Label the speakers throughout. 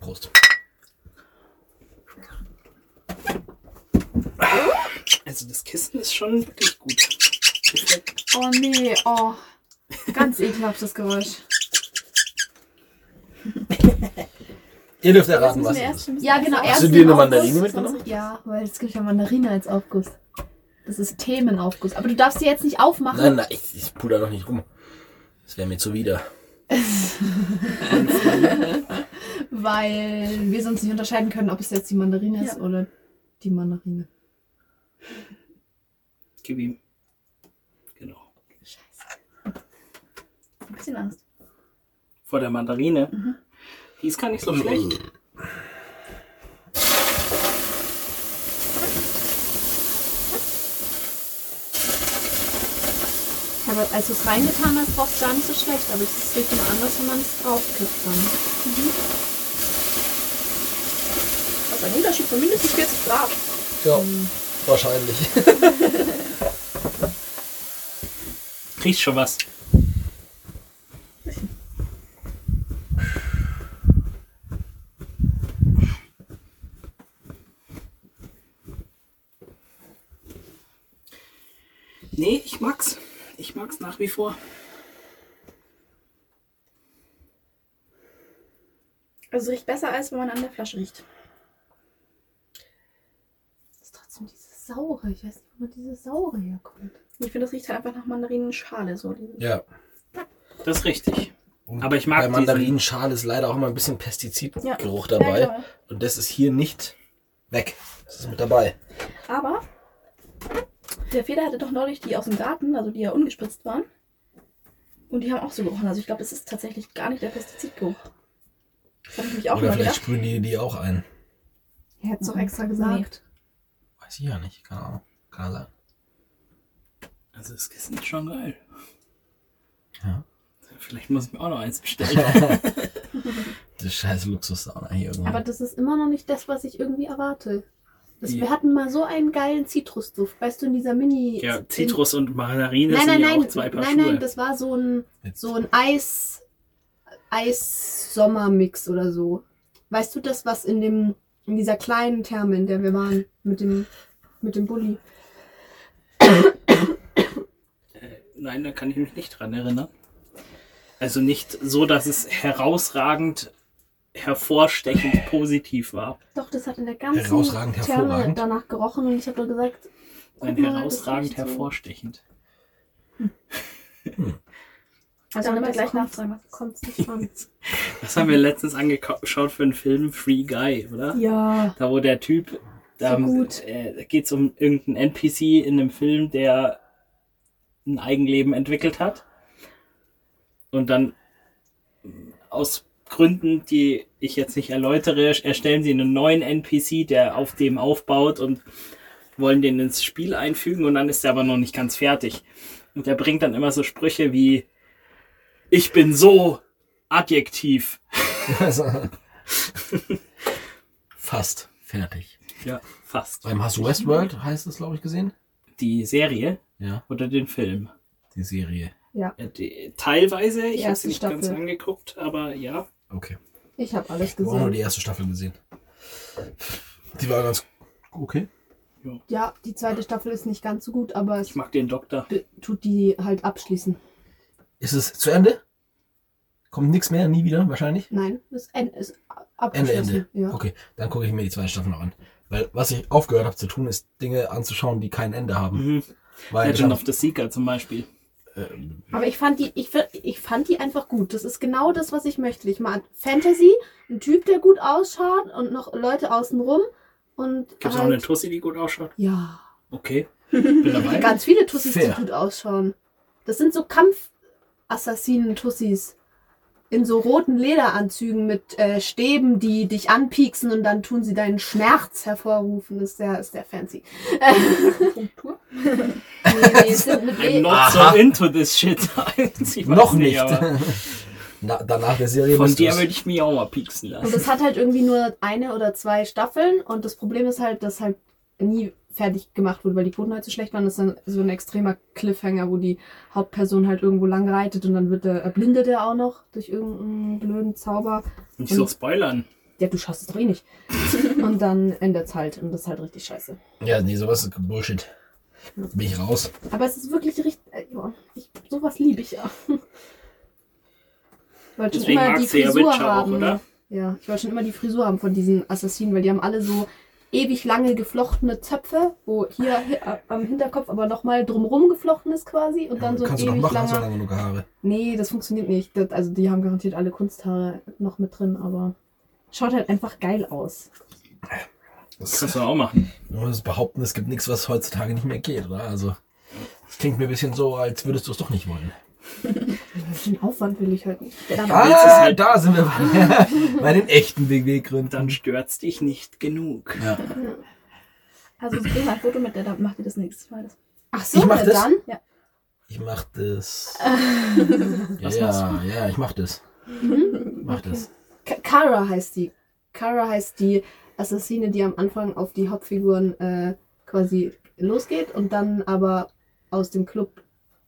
Speaker 1: Prost.
Speaker 2: Also das Kissen ist schon wirklich gut.
Speaker 3: Oh nee, oh. Ganz ekelhaft das Geräusch.
Speaker 1: Ihr dürft
Speaker 4: Das
Speaker 1: erraten,
Speaker 4: müssen
Speaker 1: was
Speaker 4: wir
Speaker 1: es
Speaker 4: erst,
Speaker 1: ist.
Speaker 4: wir müssen
Speaker 3: Ja, genau.
Speaker 4: erst-
Speaker 3: erst
Speaker 1: du dir
Speaker 3: den
Speaker 1: eine
Speaker 3: Aufguss,
Speaker 1: Mandarine
Speaker 3: sonst-
Speaker 1: mitgenommen?
Speaker 3: Ja, weil es gibt ja Mandarine als Aufguss. Das ist Themenaufguss. Aber du darfst sie jetzt nicht aufmachen.
Speaker 1: Nein, nein, ich, ich puder doch nicht rum. Das wäre mir zuwider.
Speaker 3: Weil wir sonst nicht unterscheiden können, ob es jetzt die Mandarine ist
Speaker 4: Ja.
Speaker 3: oder die Mandarine.
Speaker 2: Gib ihm. Genau.
Speaker 4: Ein bisschen Angst. Mhm.
Speaker 2: Vor der Mandarine. Die ist gar nicht so schlecht.
Speaker 3: Aber als du es reingetan hast, war es gar nicht so schlecht. Aber es riecht immer anders, wenn man es draufkippt dann.
Speaker 4: Das ist ein Unterschied von mindestens 40 Grad.
Speaker 1: Ja, wahrscheinlich.
Speaker 2: Riecht schon was. Nee, ich mag's. Ich mag's nach wie vor.
Speaker 4: Also riecht besser, als wenn man an der Flasche riecht.
Speaker 3: Es ist trotzdem dieses Saure. Ich weiß nicht, wo man dieses Saure herkommt.
Speaker 4: Ich finde, das riecht halt einfach nach Mandarinenschale. So.
Speaker 1: Ja.
Speaker 2: Das ist richtig.
Speaker 1: Und
Speaker 2: Aber ich mag
Speaker 1: Bei
Speaker 2: diesen-
Speaker 1: Mandarinenschale ist leider auch immer ein bisschen Pestizidgeruch dabei.
Speaker 4: Ja, genau. klar.
Speaker 1: Und das ist hier nicht weg. Das ist mit dabei.
Speaker 4: Aber der Feder hatte doch neulich die aus dem Garten, also die ja ungespritzt waren. Und die haben auch so gerochen. Also ich glaube, das ist tatsächlich gar nicht der Pestizidgeruch. Das habe ich mich auch
Speaker 1: Oder
Speaker 4: immer
Speaker 1: vielleicht
Speaker 4: gedacht.
Speaker 1: sprühen die die auch ein.
Speaker 3: Er hat es doch
Speaker 4: Mhm.
Speaker 3: extra gesagt.
Speaker 1: Weiß ich ja nicht. Keine Ahnung. Kann sein.
Speaker 2: Also das Kissen ist schon geil.
Speaker 1: Ja.
Speaker 2: Vielleicht muss ich mir auch noch eins bestellen.
Speaker 1: Das scheiß Luxussauna hier irgendwo.
Speaker 3: Aber das ist immer noch nicht das, was ich irgendwie erwarte. Das,
Speaker 2: Ja.
Speaker 3: Wir hatten mal so einen geilen Zitrusduft. Weißt du, in dieser Mini...
Speaker 2: ja,
Speaker 3: in-
Speaker 2: Zitrus und Mandarine
Speaker 3: Nein,
Speaker 2: sind
Speaker 3: nein,
Speaker 2: ja
Speaker 3: nein.
Speaker 2: auch zwei Paar
Speaker 3: nein,
Speaker 2: Schuhe.
Speaker 3: nein, das war so ein,
Speaker 1: Jetzt.
Speaker 3: so ein Eis, Eis-Sommer-Mix oder so. Weißt du das, was in dem, in dieser kleinen Therme, in der wir waren, mit dem, mit dem Bulli?
Speaker 2: Äh, Nein, da kann ich mich nicht dran erinnern. Also nicht so, dass es herausragend, hervorstechend positiv war.
Speaker 3: Doch, das hat in der ganzen
Speaker 1: Herausragend,
Speaker 3: Therme
Speaker 1: hervorragend.
Speaker 3: danach gerochen und ich habe nur gesagt,
Speaker 2: Ein
Speaker 3: Guck mal,
Speaker 2: herausragend,
Speaker 3: das riecht so.
Speaker 2: hervorstechend.
Speaker 3: also
Speaker 4: Dann immer Also gleich
Speaker 3: kommt-
Speaker 4: nachfragen, was es ist.
Speaker 3: kommt's nicht ran.
Speaker 2: Was haben wir letztens angeschaut für einen Film? Free Guy, oder?
Speaker 3: ja.
Speaker 2: Da wo der Typ, da
Speaker 3: So gut.
Speaker 2: äh, geht es um irgendeinen NPC in einem Film, der ein Eigenleben entwickelt hat. Und dann mm, aus Gründen, die ich jetzt nicht erläutere, erstellen sie einen neuen NPC, der auf dem aufbaut und wollen den ins Spiel einfügen und dann ist er aber noch nicht ganz fertig. Und der bringt dann immer so Sprüche wie Ich bin so adjektiv.
Speaker 1: Also, fast fertig.
Speaker 2: Ja, fast.
Speaker 1: Beim Hast du Westworld heißt es, glaube ich, gesehen?
Speaker 2: Die Serie
Speaker 1: Ja,
Speaker 2: oder den Film?
Speaker 1: die Serie.
Speaker 2: Ja, die- Teilweise, ich habe
Speaker 3: erste
Speaker 2: sie nicht ganz
Speaker 3: Staffel.
Speaker 2: angeguckt, aber ja.
Speaker 1: Okay.
Speaker 3: Ich habe alles
Speaker 1: Ich habe auch nur
Speaker 3: gesehen.
Speaker 1: die erste Staffel gesehen. Die war ganz okay.
Speaker 3: Ja, die zweite Staffel ist nicht ganz so gut, aber
Speaker 2: Ich
Speaker 3: es
Speaker 2: mag den Doktor.
Speaker 3: be- tut die halt abschließen.
Speaker 1: Ist es zu Ende? Kommt nichts mehr, nie wieder wahrscheinlich?
Speaker 3: Nein, das Ende ist ab-
Speaker 1: Ende,
Speaker 3: abgeschlossen.
Speaker 1: Ende.
Speaker 3: Ja.
Speaker 1: Okay, dann gucke ich mir die zweite Staffel noch an. Weil was ich aufgehört habe zu tun, ist Dinge anzuschauen, die kein Ende haben.
Speaker 2: Mhm.
Speaker 1: Weil ich
Speaker 2: Legend
Speaker 1: hab,
Speaker 2: of the Seeker zum Beispiel.
Speaker 1: äh,
Speaker 3: Aber ich fand die, ich, fi- ich fand die einfach gut. Das ist genau das, was ich möchte. Ich mag Fantasy, ein Typ, der gut ausschaut und noch Leute außenrum und
Speaker 2: Gibt es auch eine
Speaker 3: halt,
Speaker 2: Tussi, die gut ausschaut?
Speaker 3: ja,
Speaker 2: Okay. Bin dabei.
Speaker 3: ganz viele Tussis,
Speaker 1: Fair.
Speaker 3: die gut ausschauen. Das sind so Kampfassassinen-Tussis in so roten Lederanzügen mit äh, Stäben, die dich anpieksen und dann tun sie deinen Schmerz hervorrufen. Das ist sehr, ist sehr fancy.
Speaker 4: Punktur.
Speaker 3: Nee, nee, es sind mit E-
Speaker 2: I'm
Speaker 3: Le-
Speaker 2: not
Speaker 1: Aha.
Speaker 2: so into this shit. Ich weiß
Speaker 1: noch nicht.
Speaker 2: aber
Speaker 1: Na, danach der Serie
Speaker 2: Von
Speaker 1: müsst
Speaker 2: dir
Speaker 1: ihr
Speaker 2: würde ich mich auch mal pieksen lassen.
Speaker 3: Und es hat halt irgendwie nur eine oder zwei Staffeln und das Problem ist halt, dass halt nie fertig gemacht wurde, weil die Quoten halt so schlecht waren. Das ist dann so ein extremer Cliffhanger, wo die Hauptperson halt irgendwo lang reitet und dann wird der, erblindet er auch noch durch irgendeinen blöden Zauber.
Speaker 2: Nicht so spoilern.
Speaker 3: ja, du schaffst es doch eh nicht. und dann ändert's halt und das ist halt richtig scheiße.
Speaker 1: Ja, nee, sowas ist Bullshit. Bin ich raus.
Speaker 3: Aber es ist wirklich richtig. Äh, ja, ich, sowas liebe ich ja. Ich wollte schon
Speaker 2: Deswegen
Speaker 3: immer die
Speaker 2: magst du ja
Speaker 3: Frisur
Speaker 2: Witcher auch,
Speaker 3: haben.
Speaker 2: oder?
Speaker 3: Ja, ich wollte schon immer die Frisur haben von diesen Assassinen, weil die haben alle so ewig lange geflochtene Zöpfe, wo hier hi- a- am Hinterkopf aber nochmal drumrum geflochten ist quasi und dann so ein
Speaker 1: Kannst du doch
Speaker 3: ewig
Speaker 1: machen, also.
Speaker 3: langer.
Speaker 1: hast du lange genug Haare.
Speaker 3: Nee, das funktioniert nicht. Das, also die haben garantiert alle Kunsthaare noch mit drin, aber schaut halt einfach geil aus.
Speaker 1: Das,
Speaker 2: Kannst du auch machen.
Speaker 1: man muss behaupten, es gibt nichts, was heutzutage nicht mehr geht, oder? Also, das klingt mir ein bisschen so, als würdest du es doch nicht wollen.
Speaker 3: Den Aufwand will ich halt nicht.
Speaker 2: willst es
Speaker 1: Ah,
Speaker 2: halt-
Speaker 1: da sind wir bei, bei den echten Beweggründen.
Speaker 2: Dann stört's dich nicht genug.
Speaker 1: ja.
Speaker 4: Also ich bringe mal ein Foto mit, der dann macht ihr das nächste Mal. Das
Speaker 3: Ach so,
Speaker 1: Ich mach
Speaker 3: na
Speaker 1: das.
Speaker 3: dann?
Speaker 1: Ich mach das.
Speaker 2: Was
Speaker 1: ja, ja, ich mach das. Mach das.
Speaker 3: Ka- Kara heißt die. Kara heißt die Assassine, die am Anfang auf die Hauptfiguren äh, quasi losgeht und dann aber aus dem Club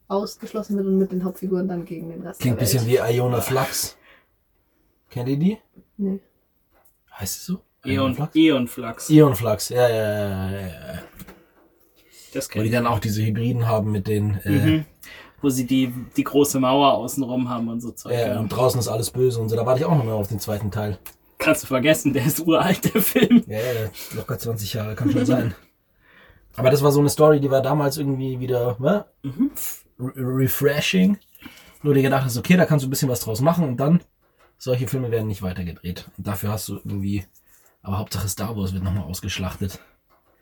Speaker 3: ausgeschlossen wird und mit den Hauptfiguren dann gegen den Rest.
Speaker 1: Klingt ein
Speaker 3: der Welt.
Speaker 1: bisschen wie Iona Flux. Kennt ihr die?
Speaker 3: Nee.
Speaker 1: Heißt sie so?
Speaker 2: Eon,
Speaker 1: Flux?
Speaker 2: Eonflux.
Speaker 1: Ion Flux, ja, ja, ja, ja, ja.
Speaker 2: Das
Speaker 1: Wo
Speaker 2: kenn
Speaker 1: die
Speaker 2: ich.
Speaker 1: dann auch diese Hybriden haben mit den. Äh,
Speaker 2: Mhm. Wo sie die, die große Mauer außenrum haben und so Zeug.
Speaker 1: äh,
Speaker 2: ja.
Speaker 1: und draußen ist alles böse und so. Da warte ich auch noch mal auf den zweiten Teil.
Speaker 2: Kannst du vergessen, der ist uralt, der Film.
Speaker 1: Ja, ja, ja, locker 20 Jahre, kann schon sein. Aber das war so eine Story, die war damals irgendwie wieder ne? Pf, re- refreshing. Nur dir gedacht hast, okay, da kannst du ein bisschen was draus machen und dann, solche Filme werden nicht weitergedreht. Und dafür hast du irgendwie, aber Hauptsache Star Wars wird nochmal ausgeschlachtet.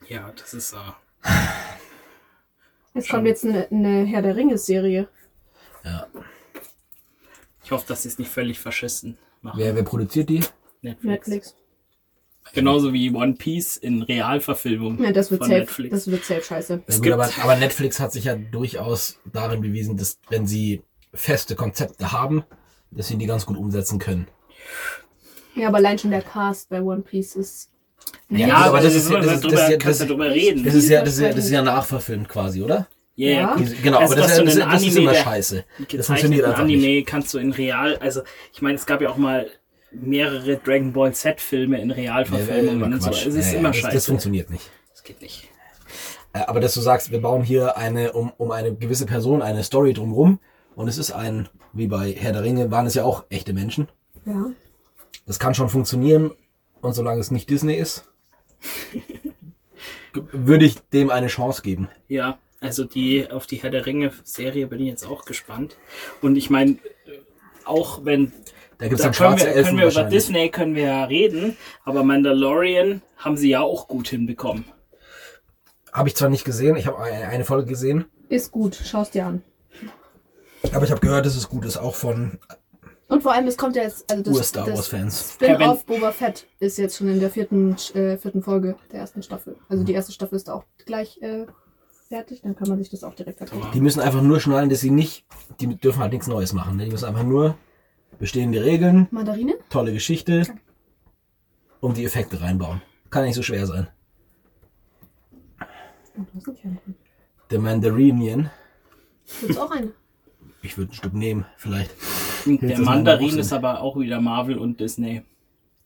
Speaker 2: Ja, das ist äh,
Speaker 3: Es kommt jetzt eine, eine Herr der Ringe-Serie.
Speaker 1: Ja.
Speaker 2: Ich hoffe, dass sie es nicht völlig verschissen machen.
Speaker 1: Wer, wer produziert die?
Speaker 2: Netflix.
Speaker 3: Netflix.
Speaker 2: Genauso wie One Piece in Realverfilmung.
Speaker 3: Ja, das wird
Speaker 2: Von
Speaker 3: safe.
Speaker 2: Netflix.
Speaker 3: Das wird safe scheiße.
Speaker 1: Ja,
Speaker 2: Es
Speaker 1: gut,
Speaker 2: gibt-
Speaker 1: aber, aber Netflix hat sich ja durchaus darin bewiesen, dass wenn sie feste Konzepte haben, dass sie die ganz gut umsetzen können.
Speaker 3: Ja, aber allein schon der Cast bei One Piece ist.
Speaker 1: Ja,
Speaker 2: Ja,
Speaker 1: aber
Speaker 2: aber
Speaker 1: das
Speaker 2: das
Speaker 1: ist-
Speaker 2: ist,
Speaker 1: das ist-
Speaker 2: drüber,
Speaker 1: das ist-
Speaker 2: kannst du
Speaker 1: das-
Speaker 2: drüber reden.
Speaker 1: Das ist ja, das ist ja, das ist ja nachverfilmt quasi, oder?
Speaker 2: ja, ja,
Speaker 3: Ja.
Speaker 2: gut.
Speaker 1: Diese- Genau,
Speaker 2: Also,
Speaker 1: aber das,
Speaker 2: dass
Speaker 1: ist-
Speaker 2: du
Speaker 1: das,
Speaker 2: einen
Speaker 1: ist- das ist
Speaker 2: Anime,
Speaker 1: immer
Speaker 2: der-
Speaker 1: scheiße. Das funktioniert
Speaker 2: gezeichneten
Speaker 1: einfach
Speaker 2: Anime
Speaker 1: nicht.
Speaker 2: kannst du in Real, also ich meine, es gab ja auch mal mehrere Dragon Ball Z-Filme in Realverfilmung und so. Es ist
Speaker 1: Ja,
Speaker 2: immer
Speaker 1: das,
Speaker 2: scheiße.
Speaker 1: das funktioniert nicht.
Speaker 2: Das geht nicht.
Speaker 1: Äh, Aber dass du sagst, wir bauen hier eine, um, um eine gewisse Person eine Story drumrum und es ist ein, wie bei Herr der Ringe, waren es ja auch echte Menschen.
Speaker 3: Ja.
Speaker 1: Das kann schon funktionieren und solange es nicht Disney ist, g- würde ich dem eine Chance geben.
Speaker 2: Ja, also die auf die Herr der Ringe-Serie bin ich jetzt auch gespannt. Und ich meine, äh, auch wenn
Speaker 1: Da gibt es
Speaker 2: da
Speaker 1: dann
Speaker 2: können
Speaker 1: schwarze
Speaker 2: wir,
Speaker 1: Elfen
Speaker 2: können wir über
Speaker 1: wahrscheinlich.
Speaker 2: Disney können wir ja reden, aber Mandalorian haben sie ja auch gut hinbekommen.
Speaker 1: Habe ich zwar nicht gesehen, ich habe eine, eine Folge gesehen,
Speaker 3: Ist gut. Schau's dir an.
Speaker 1: aber ich habe gehört, dass es gut ist, auch von
Speaker 3: Und vor allem, es kommt ja jetzt. Also das,
Speaker 1: Ur-Star
Speaker 3: das
Speaker 1: Wars-Fans.
Speaker 3: Spin-off Boba Fett ist jetzt schon in der vierten, äh, vierten Folge der ersten Staffel. Also die erste Staffel ist auch gleich äh, fertig, dann kann man sich das auch direkt angucken.
Speaker 1: Die müssen einfach nur schnallen, dass sie nicht, die dürfen halt nichts Neues machen. Ne? Die müssen einfach nur bestehende Regeln,
Speaker 3: Mandarine?
Speaker 1: tolle Geschichte und die Effekte reinbauen. Kann nicht so schwer sein.
Speaker 3: Oh, du hast nicht einen.
Speaker 1: The Mandarinian,
Speaker 3: Gibt's auch eine?
Speaker 1: ich würde ein Stück nehmen, vielleicht.
Speaker 2: Und
Speaker 1: Jetzt
Speaker 2: der
Speaker 1: ist mein
Speaker 2: Mandarin
Speaker 1: Geruchssinn.
Speaker 2: ist aber auch wieder Marvel und Disney.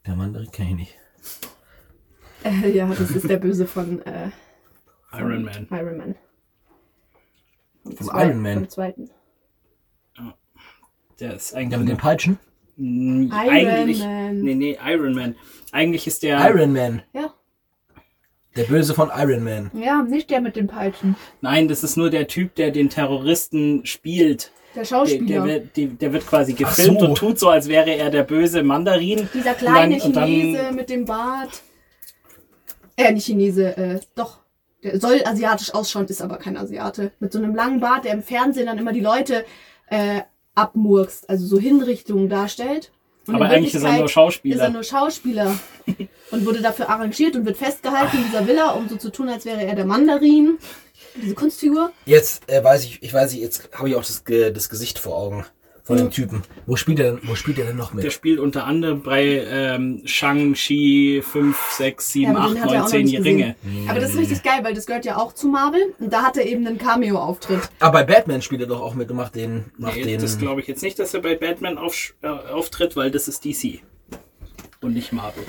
Speaker 1: Der Mandarin kenne ich nicht.
Speaker 3: Äh, ja, das ist der Böse von äh,
Speaker 2: Iron Man.
Speaker 3: Iron Man. Vom,
Speaker 1: Vom
Speaker 3: zweiten-
Speaker 1: Iron Man.
Speaker 3: Vom zweiten.
Speaker 2: Der ist
Speaker 1: Ja,
Speaker 2: eigentlich
Speaker 1: mit den Peitschen?
Speaker 2: Mm,
Speaker 3: Iron
Speaker 2: eigentlich,
Speaker 3: Man.
Speaker 2: Nee, nee, Iron Man. Eigentlich ist der.
Speaker 1: Iron Man,
Speaker 3: Ja.
Speaker 1: der Böse von Iron Man.
Speaker 3: ja, nicht der mit den Peitschen.
Speaker 2: Nein, das ist nur der Typ, der den Terroristen spielt.
Speaker 3: Der
Speaker 2: Der,
Speaker 3: Schauspieler.
Speaker 2: der, wird, die- der wird quasi gefilmt
Speaker 1: so.
Speaker 2: und tut so, als wäre er der böse Mandarin.
Speaker 3: Dieser kleine
Speaker 2: Und dann- und
Speaker 3: Chinese
Speaker 2: dann-
Speaker 3: mit dem Bart. Äh, nicht Chinese, äh, doch. Der soll asiatisch ausschauen, ist aber kein Asiate. Mit so einem langen Bart, der im Fernsehen dann immer die Leute äh, abmurkst, also so Hinrichtungen darstellt. Und
Speaker 2: Aber
Speaker 3: in
Speaker 2: eigentlich ist er nur
Speaker 3: Wirklichkeit
Speaker 2: Schauspieler.
Speaker 3: Ist er nur Schauspieler und wurde dafür arrangiert und wird festgehalten in dieser Villa, um so zu tun, als wäre er der Mandarin. Diese Kunstfigur.
Speaker 1: Jetzt äh, weiß ich, ich weiß, nicht, jetzt habe ich auch das, Ge- das Gesicht vor Augen von dem Typen. Wo spielt er denn, wo spielt er denn noch
Speaker 2: Der
Speaker 1: mit?
Speaker 2: spielt unter anderem bei ähm, Shang-Chi 5, 6, 7,
Speaker 3: Ja, aber
Speaker 2: 8,
Speaker 3: den hat er
Speaker 2: 9,
Speaker 3: auch noch
Speaker 2: 10
Speaker 3: nicht
Speaker 2: die Ringe.
Speaker 3: gesehen. Aber das ist richtig geil, weil das gehört ja auch zu Marvel. Und da hat er eben einen Cameo-Auftritt.
Speaker 1: Aber Ah, bei Batman spielt er doch auch mit und macht den, macht
Speaker 2: Nee,
Speaker 1: den.
Speaker 2: das glaube ich jetzt nicht, dass er bei Batman aufsch- äh, auftritt, weil das ist DC. und nicht Marvel.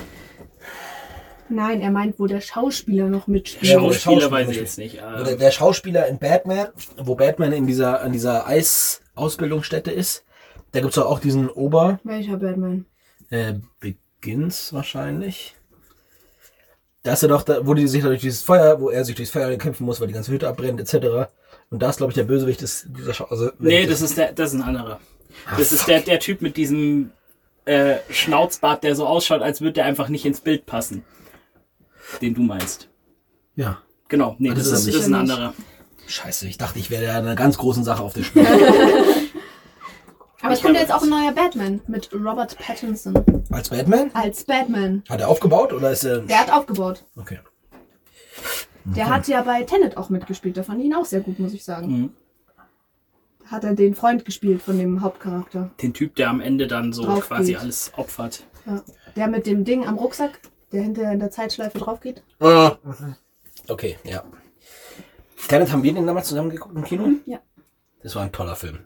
Speaker 3: Nein, er meint, wo der Schauspieler noch mitspielt.
Speaker 1: Ja, wo der
Speaker 2: Schauspieler
Speaker 1: Schauspieler
Speaker 2: weiß ich
Speaker 1: mitspielt.
Speaker 2: jetzt nicht.
Speaker 1: Wo der,
Speaker 2: Äh,
Speaker 1: der Schauspieler in Batman, wo Batman in dieser, an dieser Eis-Ausbildungsstätte ist, da gibt's doch auch diesen Ober,
Speaker 3: Welcher Batman?
Speaker 1: äh, Begins wahrscheinlich. Da ist er doch, da, wo die sich da durch dieses Feuer, wo er sich durchs Feuer kämpfen muss, weil die ganze Hütte abbrennt, etc. Und da ist, glaube ich, der Bösewicht ist dieser Schau also,
Speaker 2: nee, das ist, der, das ist ein anderer. Das ist der, der Typ mit diesem äh, Schnauzbart, der so ausschaut, als würde der einfach nicht ins Bild passen. Den du meinst.
Speaker 1: Ja.
Speaker 2: Genau, nee,
Speaker 1: Ah,
Speaker 2: das,
Speaker 1: das ist
Speaker 2: ist,
Speaker 1: er
Speaker 2: das ist ein
Speaker 3: nicht.
Speaker 2: anderer.
Speaker 1: Scheiße, ich dachte, ich wäre da einer ganz großen Sache auf der Spur.
Speaker 3: Aber es
Speaker 2: Ich glaube,
Speaker 3: kommt ja jetzt auch
Speaker 2: das-
Speaker 3: ein neuer Batman mit Robert Pattinson
Speaker 1: Als Batman?
Speaker 3: als Batman.
Speaker 1: Hat er aufgebaut oder ist er.
Speaker 3: Der hat aufgebaut.
Speaker 1: Okay.
Speaker 3: Der hat ja bei Tenet auch mitgespielt. Da fand ich ihn auch sehr gut, muss ich sagen.
Speaker 2: Mhm.
Speaker 3: Hat er den Freund gespielt von dem Hauptcharakter.
Speaker 2: Den Typ, der am Ende dann so
Speaker 3: Drauf
Speaker 2: quasi
Speaker 3: geht.
Speaker 2: alles opfert.
Speaker 3: Ja. Der mit dem Ding am Rucksack, der hinter in der Zeitschleife drauf geht.
Speaker 1: Ah. Okay, ja. Tenet haben wir den damals zusammengeguckt im Kino?
Speaker 4: Ja.
Speaker 1: Das war ein toller Film.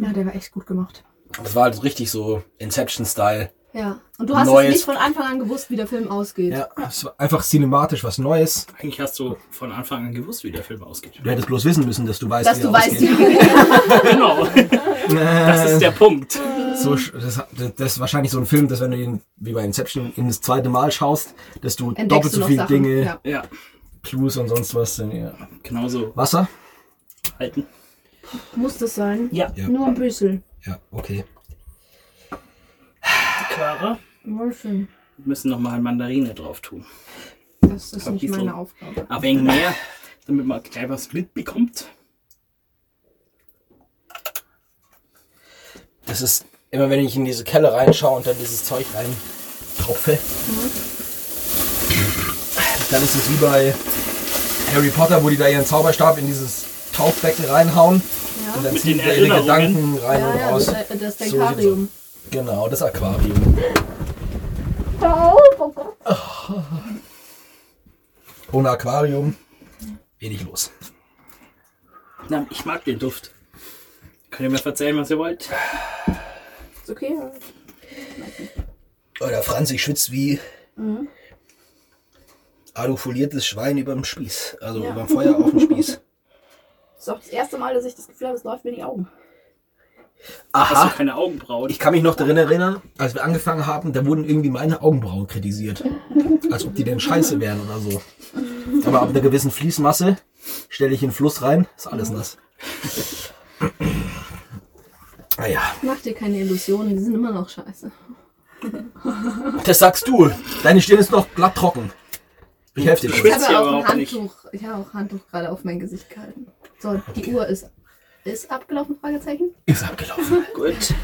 Speaker 3: Ja, der war echt gut gemacht.
Speaker 1: Das war halt richtig so Inception-Style.
Speaker 3: Ja. Und du hast
Speaker 1: Neues-
Speaker 3: es nicht von Anfang an gewusst, wie der Film ausgeht.
Speaker 1: Ja, es war einfach cinematisch was Neues.
Speaker 2: Eigentlich hast du von Anfang an gewusst, wie der Film ausgeht.
Speaker 1: Du hättest bloß wissen müssen, dass du weißt,
Speaker 3: Dass du
Speaker 1: er
Speaker 3: weißt,
Speaker 1: ausgeht.
Speaker 3: wie
Speaker 2: genau, äh. das ist der Punkt.
Speaker 1: Äh, so, sch- das, das ist wahrscheinlich so ein Film, dass wenn du ihn wie bei Inception in das zweite Mal schaust, dass du doppelt
Speaker 3: entdeckst du
Speaker 1: so
Speaker 3: noch
Speaker 1: viele
Speaker 3: Sachen.
Speaker 1: Dinge,
Speaker 3: Ja.
Speaker 2: Ja,
Speaker 1: Clues und sonst was. Denn, ja.
Speaker 2: genauso
Speaker 1: Wasser?
Speaker 2: halten.
Speaker 3: Muss das sein?
Speaker 2: Ja,
Speaker 1: Ja.
Speaker 3: Nur ein bisschen.
Speaker 1: Ja, okay.
Speaker 2: Clara,
Speaker 3: Wohlfühlen.
Speaker 2: wir müssen nochmal Mandarine drauf tun.
Speaker 3: Das ist
Speaker 2: Hab
Speaker 3: nicht
Speaker 2: ich so.
Speaker 3: meine Aufgabe.
Speaker 2: Aber wegen mehr, damit man gleich was mitbekommt.
Speaker 1: Das ist immer, wenn ich in diese Kelle reinschaue und dann dieses Zeug rein tropfe, dann ist es wie bei Harry Potter, wo die da ihren Zauberstab in dieses Taufbecken reinhauen und dann
Speaker 2: Mit
Speaker 1: ziehen
Speaker 2: den
Speaker 1: da ihre
Speaker 2: Erinnerungen.
Speaker 1: Gedanken rein
Speaker 3: Ja,
Speaker 1: und
Speaker 3: ja,
Speaker 1: raus.
Speaker 3: das, äh, das
Speaker 1: sieht's
Speaker 3: Denkarium.
Speaker 1: Genau, das Aquarium.
Speaker 3: oh
Speaker 1: Ohne Aquarium wenig los.
Speaker 2: Na, ich mag den Duft. Könnt ihr mir verzeihen, was ihr wollt?
Speaker 4: Ist okay. ja.
Speaker 1: Oder Franz, ich schwitze wie
Speaker 4: Mhm.
Speaker 1: alufoliertes Schwein über dem Spieß. Also
Speaker 4: Ja.
Speaker 1: über dem Feuer auf dem Spieß.
Speaker 4: Das ist auch das erste Mal, dass ich das Gefühl habe, es läuft mir in die Augen.
Speaker 2: Hast
Speaker 1: Aha.
Speaker 2: du keine Augenbrauen?
Speaker 1: Also, Ich kann mich noch daran erinnern, als wir angefangen haben, da wurden irgendwie meine Augenbrauen kritisiert. Als ob die denn scheiße wären oder so. Aber ab einer gewissen Fließmasse stelle ich in den Fluss rein, ist alles nass. Naja,
Speaker 3: Mach dir keine Illusionen, die sind immer noch scheiße.
Speaker 1: das sagst du. Deine Stirn ist noch glatt trocken. Ich helfe dir.
Speaker 3: Ich
Speaker 1: schon.
Speaker 2: Schwitzt
Speaker 3: habe
Speaker 2: ja
Speaker 3: auch ein
Speaker 2: überhaupt nicht.
Speaker 3: Handtuch, ich habe auch Handtuch gerade auf mein Gesicht gehalten. So, die Uhr ist, ist abgelaufen, Fragezeichen.
Speaker 1: Ist abgelaufen.
Speaker 2: Gut.